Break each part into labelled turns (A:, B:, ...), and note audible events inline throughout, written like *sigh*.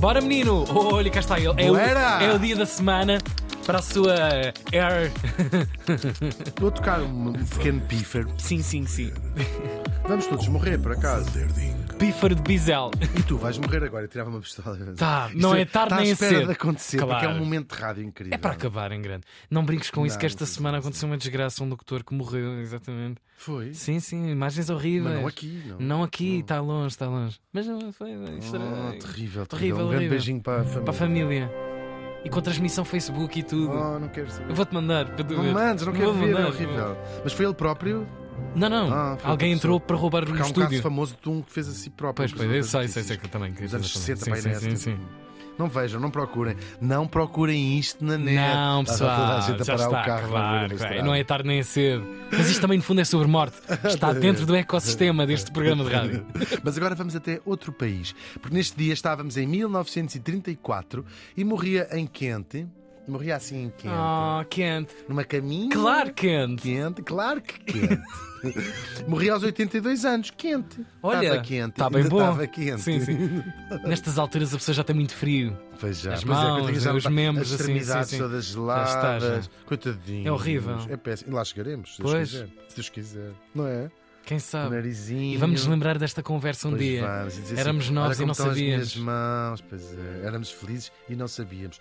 A: Bora, menino! Olha, cá está ele. É o,
B: Bora!
A: é o dia da semana para a sua é, air.
B: Vou tocar um pequeno pífaro.
A: Sim, sim, sim.
B: Vamos todos morrer, por acaso.
A: Pífaro de bisel.
B: E tu vais morrer agora. Eu tirava uma pistola.
A: Tá, não é tarde
B: está
A: nem é
B: à espera
A: cedo.
B: de acontecer,
A: Claro.
B: porque é um momento de rádio incrível.
A: É para acabar em grande. Não brinques com isso,
B: Não,
A: que esta
B: não,
A: semana aconteceu uma desgraça, um doutor que morreu, exatamente.
B: Foi.
A: Sim, sim, imagens horríveis.
B: Mas não aqui, não.
A: Não aqui, está longe, está longe. Mas não foi.
B: Oh,
A: estranho.
B: terrível, terrível.
A: Horrível,
B: Um grande
A: horrível.
B: beijinho para a
A: Para a
B: família.
A: família. E com transmissão Facebook e tudo.
B: Oh, não quero saber.
A: Eu vou-te mandar. Para tu
B: Não
A: ver.
B: mandes, não quero
A: Vou
B: ver, é
A: mandar.
B: horrível. Mas foi ele próprio,
A: Não, não.
B: Ah, foi
A: Alguém
B: outra
A: entrou para roubar
B: porque
A: no
B: há um caso
A: estúdio.
B: famoso de um que fez a si próprio.
A: Pois,
B: um
A: pois,
B: presunto
A: eu sei,
B: das
A: sei,
B: notícias.
A: sei que eu também. que
B: Dos
A: eu
B: anos
A: sou-
B: 60,
A: sim,
B: pai,
A: sim,
B: nessa.
A: sim, sim.
B: Não vejam, não procurem. Não procurem isto na net.
A: Não,
B: Está
A: pessoal,
B: Tá, toda a gente a
A: já
B: parar
A: está,
B: o carro. a ver
A: claro,
B: na
A: claro.
B: estrada.
A: Não é tarde nem é cedo. Mas isto também, no fundo, é sobre morte.
B: *laughs*
A: Está dentro do ecossistema deste programa de rádio.
B: Mas agora vamos até outro país, porque neste dia estávamos em 1934 e morria em quente, morria assim em *laughs* quente,
A: Oh, Kent.
B: numa caminha.
A: Claro, Kent.
B: Quente, claro
A: *laughs*
B: que quente. morria aos 82 anos, quente.
A: Olha,
B: estava quente.
A: tá bem
B: ainda
A: bom.
B: Estava quente.
A: Sim,
B: *laughs*
A: sim. Nestas alturas a pessoa já tem muito frio.
B: Pois já,
A: As
B: pois
A: mãos,
B: coitadinho, já
A: os
B: me-
A: membros,
B: as
A: assim,
B: extremidades
A: sim, sim.
B: todas
A: Já
B: geladas.
A: está, já.
B: Coitadinho.
A: É horrível.
B: É péssimo. E lá chegaremos, se
A: Pois.
B: Deus quiser. Se Deus quiser. Não é?
A: Quem sabe?
B: Narizinho.
A: E vamos nos lembrar desta conversa um
B: Pois
A: dia.
B: vamos, e dizer assim,
A: Éramos
B: "Olha
A: novos e
B: como
A: não
B: estão As minhas
A: sabíamos.
B: mãos, pois é, éramos felizes e não sabíamos.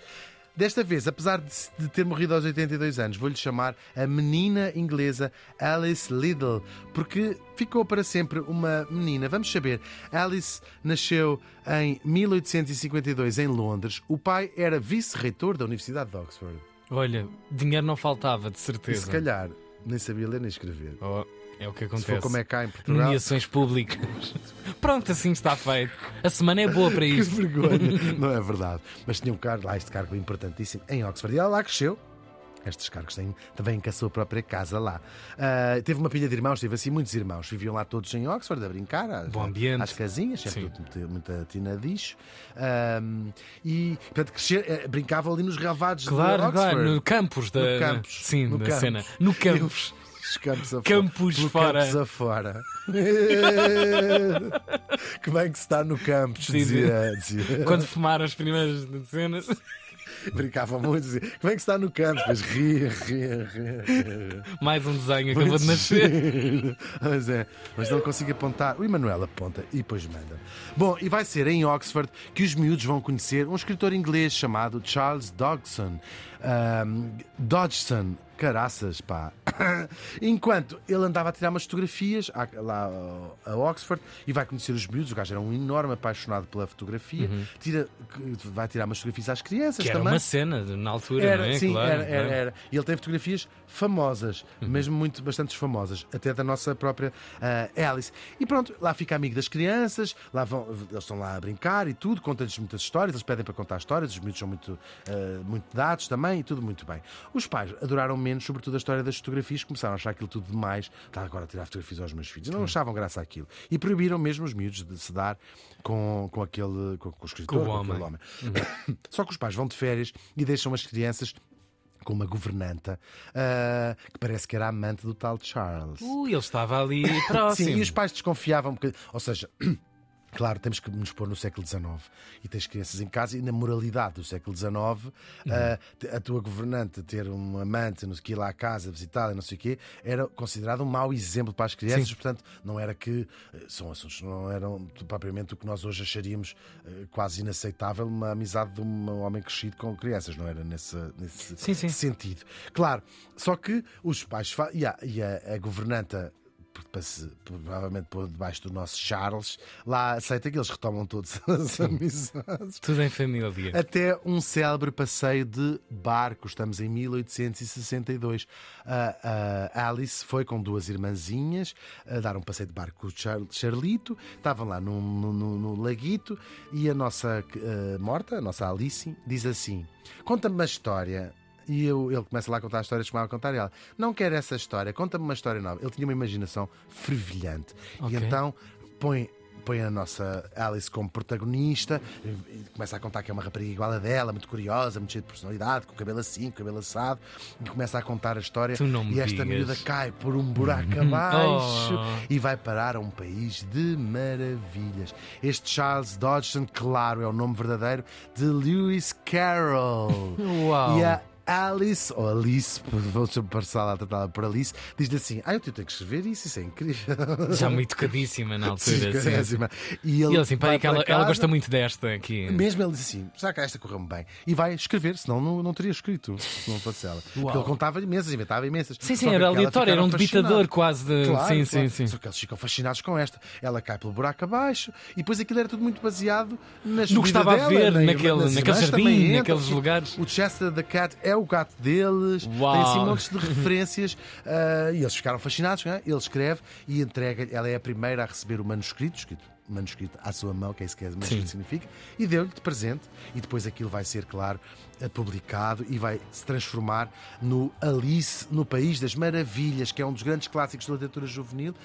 B: Desta vez, apesar de, se- de ter morrido aos 82 anos, vou-lhe chamar a menina inglesa Alice Liddell, porque ficou para sempre uma menina. Vamos saber, Alice nasceu em 1852 em Londres. O pai era vice-reitor da Universidade de Oxford.
A: Olha, dinheiro não faltava, de
B: E
A: certeza.
B: se calhar nem sabia ler nem escrever.
A: Oh, é o que
B: Se
A: acontece.
B: for como é cá em Portugal.
A: Nomeações públicas. *laughs* Pronto, assim está feito. A semana é
B: *laughs*
A: boa para
B: Que
A: isto. *laughs*
B: vergonha! não é verdade. Mas tinha um cargo, lá este cargo importantíssimo, em Oxford. E ela lá cresceu. Estes cargos têm também com a sua própria casa lá. Ah, teve uma pilha de irmãos, teve assim muitos irmãos. Viviam lá todos em Oxford a brincar. às-
A: Bom ambiente.
B: Às casinhas, sempre
A: Sim.
B: tudo muito, muito atinadicho. Ah, e, portanto, crescer, eh, brincavam ali nos relvados de
A: Claro,
B: Oxford.
A: claro, no campus da
B: No campus.
A: Sim,
B: No
A: da
B: campus.
A: cena.
B: *laughs*
A: No campus.
B: Campos. Os campos afora.
A: Campos
B: Pelo
A: fora.
B: Campos *laughs* afora. que bem é que se está no campos,
A: Sim, sim.
B: dizia, dizia.
A: Quando fumaram as primeiras cenas.
B: *laughs* Brincavam muito, dizia, como é que se está no campo? Mas ria, ria, ria. ria.
A: Mais um desenho acabou de nascer.
B: Mas é, mas não consigo apontar. O Emanuel aponta e depois manda. Bom, e vai ser em Oxford que os miúdos vão conhecer um escritor inglês chamado Charles Dodgson. Ahm, Dodgson, caraças, pá. *coughs* Enquanto ele andava a tirar umas fotografias à- lá a Oxford e vai conhecer os miúdos, o gajo era um enorme apaixonado pela fotografia, tira, vai tirar umas fotografias às crianças
A: Uhum. Que era
B: também.
A: uma cena na altura,
B: Era,
A: não é?
B: sim,
A: claro,
B: era, era,
A: claro. Uhum.
B: era. E ele tem fotografias famosas, mesmo muito, bastantes famosas, até da nossa própria ah, Alice. E pronto, lá fica amigo das crianças, lá vão, eles estão lá a brincar e tudo, conta-lhes muitas histórias, eles pedem para contar histórias, os miúdos são muito, ah, muito dados também e tudo muito bem. Os pais adoraram menos, sobretudo a história das fotografias, começaram a achar aquilo tudo demais, está agora a tirar fotografias aos meus filhos, não achavam graça àquilo. E proibiram mesmo os miúdos de se dar com, com aquele, com, com o escritor,
A: Com o
B: com aquele
A: homem.
B: homem. *coughs* Só que os pais vão de férias e deixam as crianças com uma governanta ah, que parece que era amante do tal Charles.
A: Ui, ele estava ali
B: *laughs* Sim,
A: próximo.
B: e os pais desconfiavam um bocadinho. Ou seja. *clears throat* Claro, temos que nos pôr no século XIX e tens crianças em casa e na moralidade do século XIX,
A: Uhum.
B: ah, te- a tua governante ter um amante, não sei o quê, lá à casa, visitá-la, não sei o quê, era considerado um mau exemplo para as crianças, portanto, não era que eh, são assuntos, não eram propriamente o que nós hoje acharíamos eh, quase inaceitável uma amizade de um homem crescido com crianças, não era nesse, nesse
A: Sim, sim.
B: sentido. Claro, só que os pais fa- e a, e a- a governanta. por- para se- Provavelmente por debaixo do nosso Charles, lá aceita que eles retomam todas *laughs* as amizades.
A: Tudo em família.
B: Até um célebre passeio de barco. Estamos em 1862. A- a Alice foi com duas irmãzinhas a dar um passeio de barco com o Char- Charlito. Estavam lá num- num- num- no, laguito e a nossa eh, morta, a nossa Alice, diz assim: Conta-me uma história. E eu- ele começa lá a contar histórias que me a contar e ela não quer essa história, conta-me uma história nova. Ele tinha uma imaginação fervilhante.
A: Ok.
B: E então põe põe a nossa Alice como protagonista, e começa a contar que é uma rapariga igual a dela, muito curiosa, muito cheia de personalidade, com o cabelo assim, com o cabelo assado, e começa a contar a história.
A: Tu não me
B: e
A: digas.
B: esta
A: Oh.
B: miúda cai por
A: *laughs*
B: um buraco abaixo e vai parar a um país de maravilhas. Este Charles Dodgson, claro, é o nome verdadeiro de Lewis Carroll.
A: Uau.
B: E a Alice, ou Alice, *laughs* vou passar a tratá-la tá, por Alice, diz-lhe assim: Ah, eu tenho que escrever isso, isso é incrível.
A: Já muito tocadíssima na altura. sim.
B: Sim, e
A: E ele assim,
B: vai
A: peraí, que
B: para
A: ela, ela
B: casa,
A: gosta muito desta aqui.
B: Mesmo ele diz assim: será que esta correu-me bem? E vai escrever, senão não, não teria escrito, se não fosse ela. Porque ele contava imensas, inventava imensas.
A: Sim, sim,
B: Só que
A: era
B: aquela
A: aleatório, era um
B: ficaram fascinados.
A: debitador quase. De...
B: Claro,
A: sim,
B: claro.
A: sim, sim.
B: Só que eles ficam fascinados com esta. Ela cai pelo buraco abaixo e depois aquilo era tudo muito baseado nas
A: No que
B: vida
A: estava a
B: dela,
A: ver
B: na-
A: naquele-
B: nas
A: naquele
B: irmãs
A: jardim,
B: também entram.
A: naqueles lugares.
B: O Chester the Cat é o gato deles, tem
A: Uau.
B: assim montes de referências ah, e eles ficaram fascinados. não é? Ele escreve e entrega Ela é a primeira a receber o manuscrito, escrito manuscrito à sua mão, que é isso que é manuscrito
A: Sim.
B: significa, e deu-lhe de presente. E depois aquilo vai ser, claro, eh, publicado e vai se transformar no Alice no País das Maravilhas, que é um dos grandes clássicos da literatura juvenil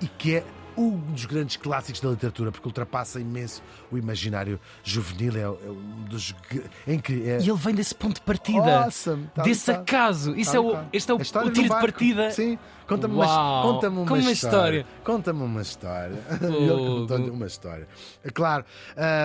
B: e que é um dos grandes clássicos da literatura, porque ultrapassa imenso o imaginário juvenil. É, é um dos. gr- É, incri- é
A: E ele vem desse ponto de partida.
B: Awesome, Tá, tal e
A: desse
B: qual.
A: acaso. Isso
B: tal
A: é
B: e
A: o,
B: qual.
A: este é o,
B: Tá
A: o
B: A história
A: tiro
B: do
A: de
B: barco.
A: partida.
B: Sim, conta-me uma,
A: Uau,
B: conta-me uma,
A: como uma
B: história.
A: história.
B: Conta-me uma história. *laughs*
A: Fogo.
B: Ele contou-lhe uma história. É Claro,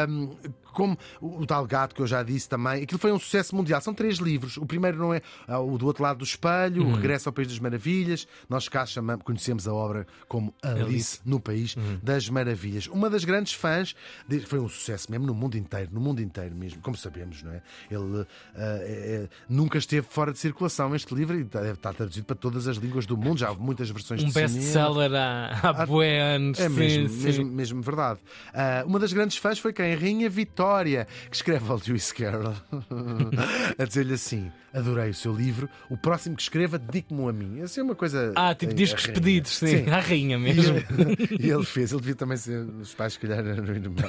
B: hum, como o o tal gato que eu já disse também, aquilo foi um sucesso mundial. São três livros. O primeiro não é ah, o do outro lado do espelho,
A: Uhum.
B: o Regresso ao País das Maravilhas. Nós cá chamamos, conhecemos a obra como Alice,
A: Alice. Uhum.
B: no País das Maravilhas. Uma das grandes fãs, de- foi um sucesso mesmo no mundo inteiro, no mundo inteiro mesmo, como sabemos, não é? Ele ah, é- é- nunca esteve fora de circulação este livro e está, deve estar traduzido para todas as línguas do mundo. Já houve muitas versões
A: Um
B: de cinema.
A: best-seller há, há bué anos.
B: É
A: sim,
B: mesmo,
A: sim.
B: mesmo, mesmo verdade. Ah, uma das grandes fãs foi quem? A Rainha Vitória, que escreve ao Lewis Carroll *laughs* a dizer-lhe assim: adorei o seu livro, o próximo que escreva, dedique-me a mim. Essa é uma coisa.
A: Ah, tipo
B: tem-
A: discos
B: é a rainha.
A: pedidos, sim. *laughs* À rainha
B: E
A: mesmo.
B: ele, e ele fez, ele devia também ser. Os pais, se calhar, eram irmãos.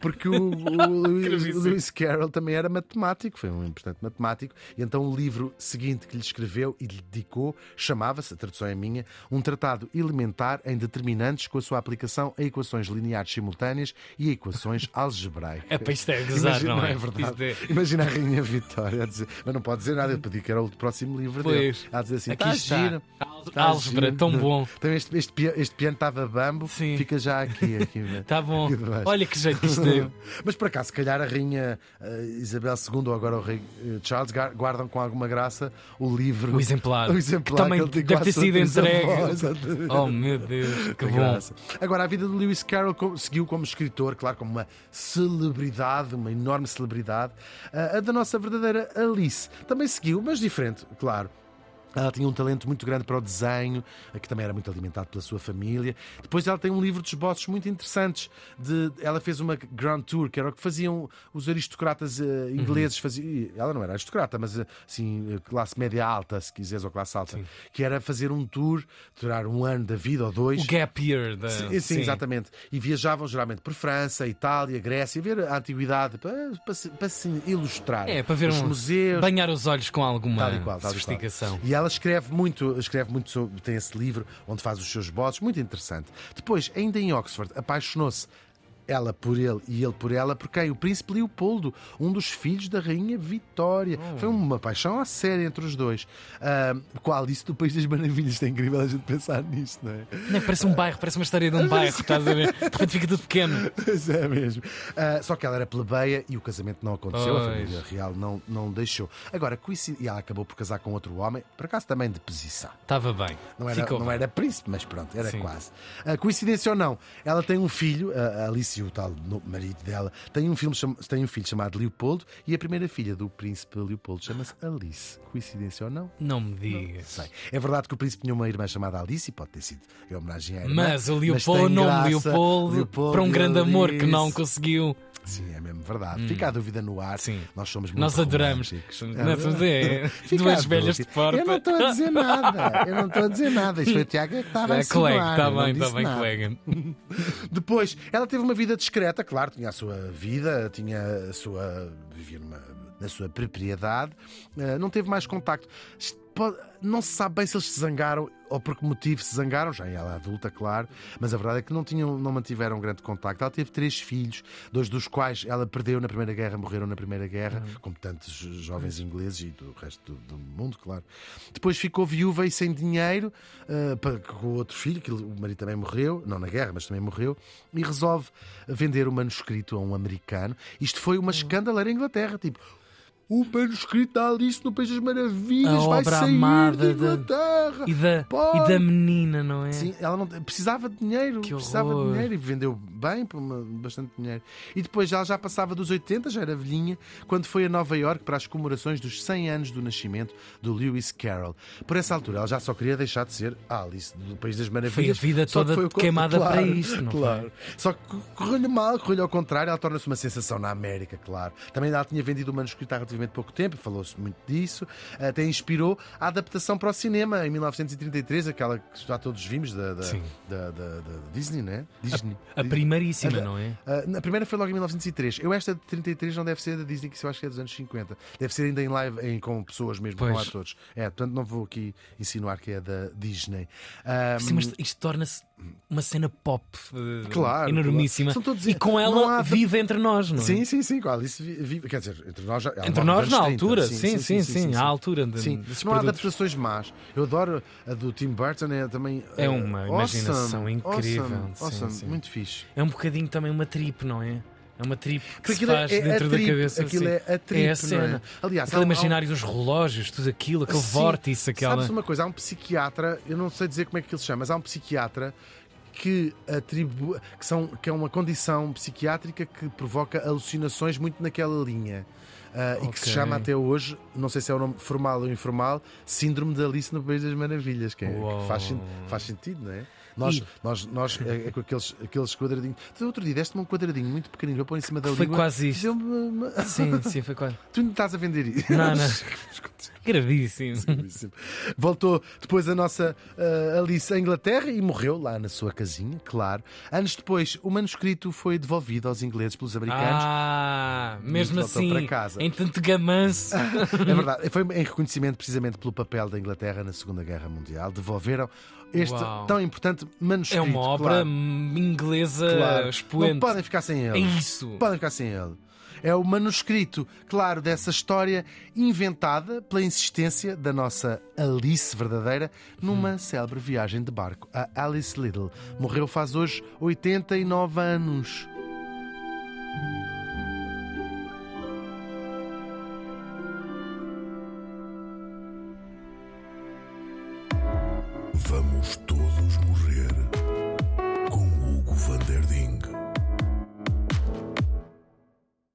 B: Porque o,
A: *laughs*
B: o Lewis,
A: Gravíssimo.
B: Lewis Carroll também era matemático, foi um importante matemático. E então o livro seguinte que lhe escreveu e lhe dedicou chamava-se, a tradução é minha, Um Tratado Elementar em Determinantes com a sua aplicação a equações lineares simultâneas e
A: *laughs*
B: a equações algebraicas.
A: É para isto é gozar,
B: Imagina,
A: não é?
B: é
A: Isto
B: verdade.
A: é-
B: Imagina a Rainha Vitória a dizer, mas não pode dizer nada, eu pedi que era o próximo livro
A: Pois.
B: dele. Ela dizer assim:
A: Aqui
B: "Tá
A: está.
B: giro,
A: Al-
B: tá
A: Álgebra,
B: giro."
A: tão bom.
B: Então este, este, pia- este piano estava bambo,
A: Sim.
B: fica já aqui. aqui
A: *laughs*
B: né?
A: Tá bom.
B: Aqui debaixo.
A: Olha que jeito que isto deu.
B: *laughs* Mas por acaso, se calhar a rainha eh, Isabel II ou agora o rei eh, Charles gar- guardam com alguma graça o livro.
A: O exemplar.
B: *laughs* O exemplar
A: Que também
B: ele dedicou
A: deve
B: à
A: ter
B: sua
A: sido entregue.
B: bisavó, *laughs* exatamente.
A: Oh meu Deus, que
B: Tem
A: bom.
B: graça. Agora, a vida de Lewis Carroll co- seguiu como escritor, claro, como uma celebridade, uma enorme celebridade. Ah, A da nossa verdadeira Alice também seguiu, mas diferente, claro. Ela tinha um talento muito grande para o desenho, eh, que também era muito alimentado pela sua família. Depois ela tem um livro de esboços muito interessantes. De, ela fez uma Grand Tour, que era o que faziam os aristocratas eh,
A: Uhum.
B: ingleses. Faziam, e ela não era aristocrata, mas eh, assim, eh, classe média alta, se quiseres, ou classe alta. Que era fazer um tour, durar um ano da vida ou dois.
A: O gap year da.
B: Sim, sim, exatamente. E viajavam geralmente por França, Itália, Grécia, ver a antiguidade para, para, se- para se ilustrar.
A: É, para ver
B: os
A: um-
B: museus.
A: Banhar os olhos com alguma
B: Tal e qual, tal e qual.
A: sofisticação.
B: E ela escreve muito, escreve muito sobre, tem esse livro onde faz os seus bosses, muito interessante. Depois, ainda em Oxford, apaixonou-se ela por ele e ele por ela, por quem? O príncipe Leopoldo, um dos filhos da rainha Vitória.
A: Oh.
B: Foi uma paixão à séria entre os dois. Ah, com a Alice do País das Maravilhas, é incrível a gente pensar nisto, não é?
A: Não, parece um bairro, parece uma história
B: *laughs*
A: de um bairro, estás a ver? De repente fica tudo pequeno.
B: Pois é mesmo. Ah, só que ela era plebeia e o casamento não aconteceu, a
A: Pois.
B: família real não, não deixou. Agora, coincid... e ela acabou por casar com outro homem, por acaso também de posição.
A: Estava bem.
B: Não era,
A: Ficou
B: não
A: bem.
B: era príncipe, mas pronto, era
A: Sim.
B: quase. Ah, coincidência ou não, ela tem um filho, a a Alice, o tal no- marido dela, tem um, filme cham- tem um filho chamado Leopoldo e a primeira filha do príncipe Leopoldo chama-se Alice. Coincidência ou não?
A: Não me digas.
B: Sei. É verdade que o príncipe tinha uma irmã chamada Alice e pode ter sido em homenagem à irmã.
A: Mas o
B: tem
A: Leopoldo, o nome
B: graça,
A: Leopoldo,
B: Leopoldo
A: para um
B: e
A: grande amor que
B: Alice.
A: não conseguiu.
B: Sim, é mesmo verdade. Fica a dúvida no ar.
A: Hum. Sim.
B: Nós somos muito
A: Nós adoramos.
B: românticos.
A: Nós somos, é,
B: Fica a
A: duas
B: dúvida.
A: velhas de porta.
B: Eu não estou
A: *laughs*
B: a dizer nada. Eu não estou a dizer nada. Isto foi o Tiago que estava a
A: É, colega,
B: insinuar.
A: está
B: Eu não
A: bem, está
B: disse
A: bem,
B: nada.
A: colega.
B: Depois, ela teve uma vida discreta, claro, tinha a sua vida, tinha a sua. vivia numa, na sua propriedade, eh, não teve mais contacto. Es- pode- não se sabe bem se eles se zangaram ou por que motivo se zangaram, já é ela adulta, claro, mas a verdade é que não, tinham, não mantiveram grande contacto. Ela teve três filhos, dois dos quais ela perdeu na Primeira Guerra, morreram na Primeira Guerra,
A: Uhum.
B: como tantos jovens ingleses e do resto do, do mundo, claro. Depois ficou viúva e sem dinheiro ah, para, com o outro filho, que o marido também morreu, não na guerra, mas também morreu, e resolve vender o manuscrito a um americano. Isto foi
A: Uhum.
B: uma escandaleira em Inglaterra, tipo. O manuscrito da Alice no País das Maravilhas
A: A
B: vai
A: obra
B: sair
A: amada
B: da
A: de-
B: Inglaterra.
A: E da,
B: Pá.
A: e da menina, não é?
B: Sim, ela não precisava de dinheiro,
A: Que
B: precisava de
A: horror.
B: dinheiro e vendeu bem, por uma- bastante dinheiro. E depois ela já passava dos 80, já era velhinha, quando foi a Nova Iorque para as comemorações dos 100 anos do nascimento do Lewis Carroll. Por essa altura ela já só queria deixar de ser Alice do País das Maravilhas.
A: Foi a vida
B: Só que
A: toda
B: foi o co-
A: queimada para isto, não foi?
B: Claro. Só que correu-lhe mal, correu-lhe ao contrário, ela torna-se uma sensação na América, claro. Também ela tinha vendido o manuscrito há relativamente pouco tempo, falou-se muito disso, Eh, até inspirou a adaptação para o cinema em 1933, aquela que já todos vimos da, da,
A: Sim.
B: da- da- da Disney, né? Disney.
A: A
B: Disney.
A: primeiríssima,
B: A-
A: não é?
B: Ah, na primeira foi logo em 1903. Eu, esta de 33 não deve ser da Disney, que isso eu acho que é dos anos 50. Deve ser ainda em live em- com pessoas mesmo, com
A: Pois.
B: atores. É, portanto, não vou aqui insinuar que é da Disney. Ah,
A: Sim, mas isto torna-se uma cena pop eh,
B: Claro,
A: enormíssima.
B: claro. São todos-
A: E com
B: não
A: ela
B: há-
A: vive entre nós, não é?
B: Sim, sim, sim, com a Alice vi- vive. Quer dizer, entre nós, já- ela
A: Entre
B: morre
A: nós,
B: nos
A: na
B: anos 30,
A: altura, sim, sim, sim, à altura de-
B: Sim,
A: desses
B: não há
A: produtos.
B: adaptações más. Eu adoro a do Tim Burton, é também.
A: É
B: eh,
A: uma
B: awesome,
A: imaginação incrível,
B: awesome,
A: sim,
B: awesome,
A: sim.
B: muito fixe.
A: É um bocadinho também uma trip, não é? É uma trip que se
B: Aquilo é-
A: faz
B: é a
A: dentro
B: trip,
A: da cabeça.
B: aquilo
A: sim.
B: é a trip,
A: É
B: não
A: a cena.
B: Aliás, há
A: Aquele
B: um- há um-
A: imaginário dos relógios, tudo aquilo, aquele
B: Sim.
A: vórtice, aquela.
B: Sabes uma coisa? Há um psiquiatra, eu não sei dizer como é que ele se chama, mas há um psiquiatra que atribui que, são, que é uma condição psiquiátrica que provoca alucinações muito naquela linha. ah, E que se
A: Ok.
B: chama até hoje, não sei se é o nome formal ou informal, Síndrome da Alice no País das Maravilhas, que, é- que
A: Uau.
B: faz, sen- faz sentido, não é? Nós,
A: E-
B: nós, nós é, é com aqueles, aqueles quadradinhos. Tu outro dia deste-me um quadradinho muito pequenino, eu pôr em cima da
A: Foi
B: língua.
A: quase isto.
B: deu-me uma- *laughs*
A: Sim, sim, foi quase.
B: Tu não estás a vender isso.
A: Não,
B: *laughs*
A: não. Gravíssimo.
B: Gravíssimo. Voltou depois a nossa ah, Alice à Inglaterra e morreu lá na sua casinha, claro. Anos depois, o manuscrito foi devolvido aos ingleses pelos americanos.
A: Ah, mesmo
B: Voltou
A: assim,
B: para casa.
A: em tanto gamanço.
B: É verdade, foi em reconhecimento precisamente pelo papel da Inglaterra na Segunda Guerra Mundial. Devolveram este
A: Uau.
B: tão importante
A: É
B: manuscrito.
A: uma obra
B: claro,
A: inglesa
B: claro.
A: expoente.
B: Não podem ficar sem ele.
A: É isso.
B: Podem ficar sem ele. É o manuscrito, claro, dessa história inventada pela insistência da nossa Alice verdadeira numa
A: Hum.
B: célebre viagem de barco. A Alice Little morreu faz hoje 89 anos.
C: Vamos todos morrer com Hugo Van der Ding.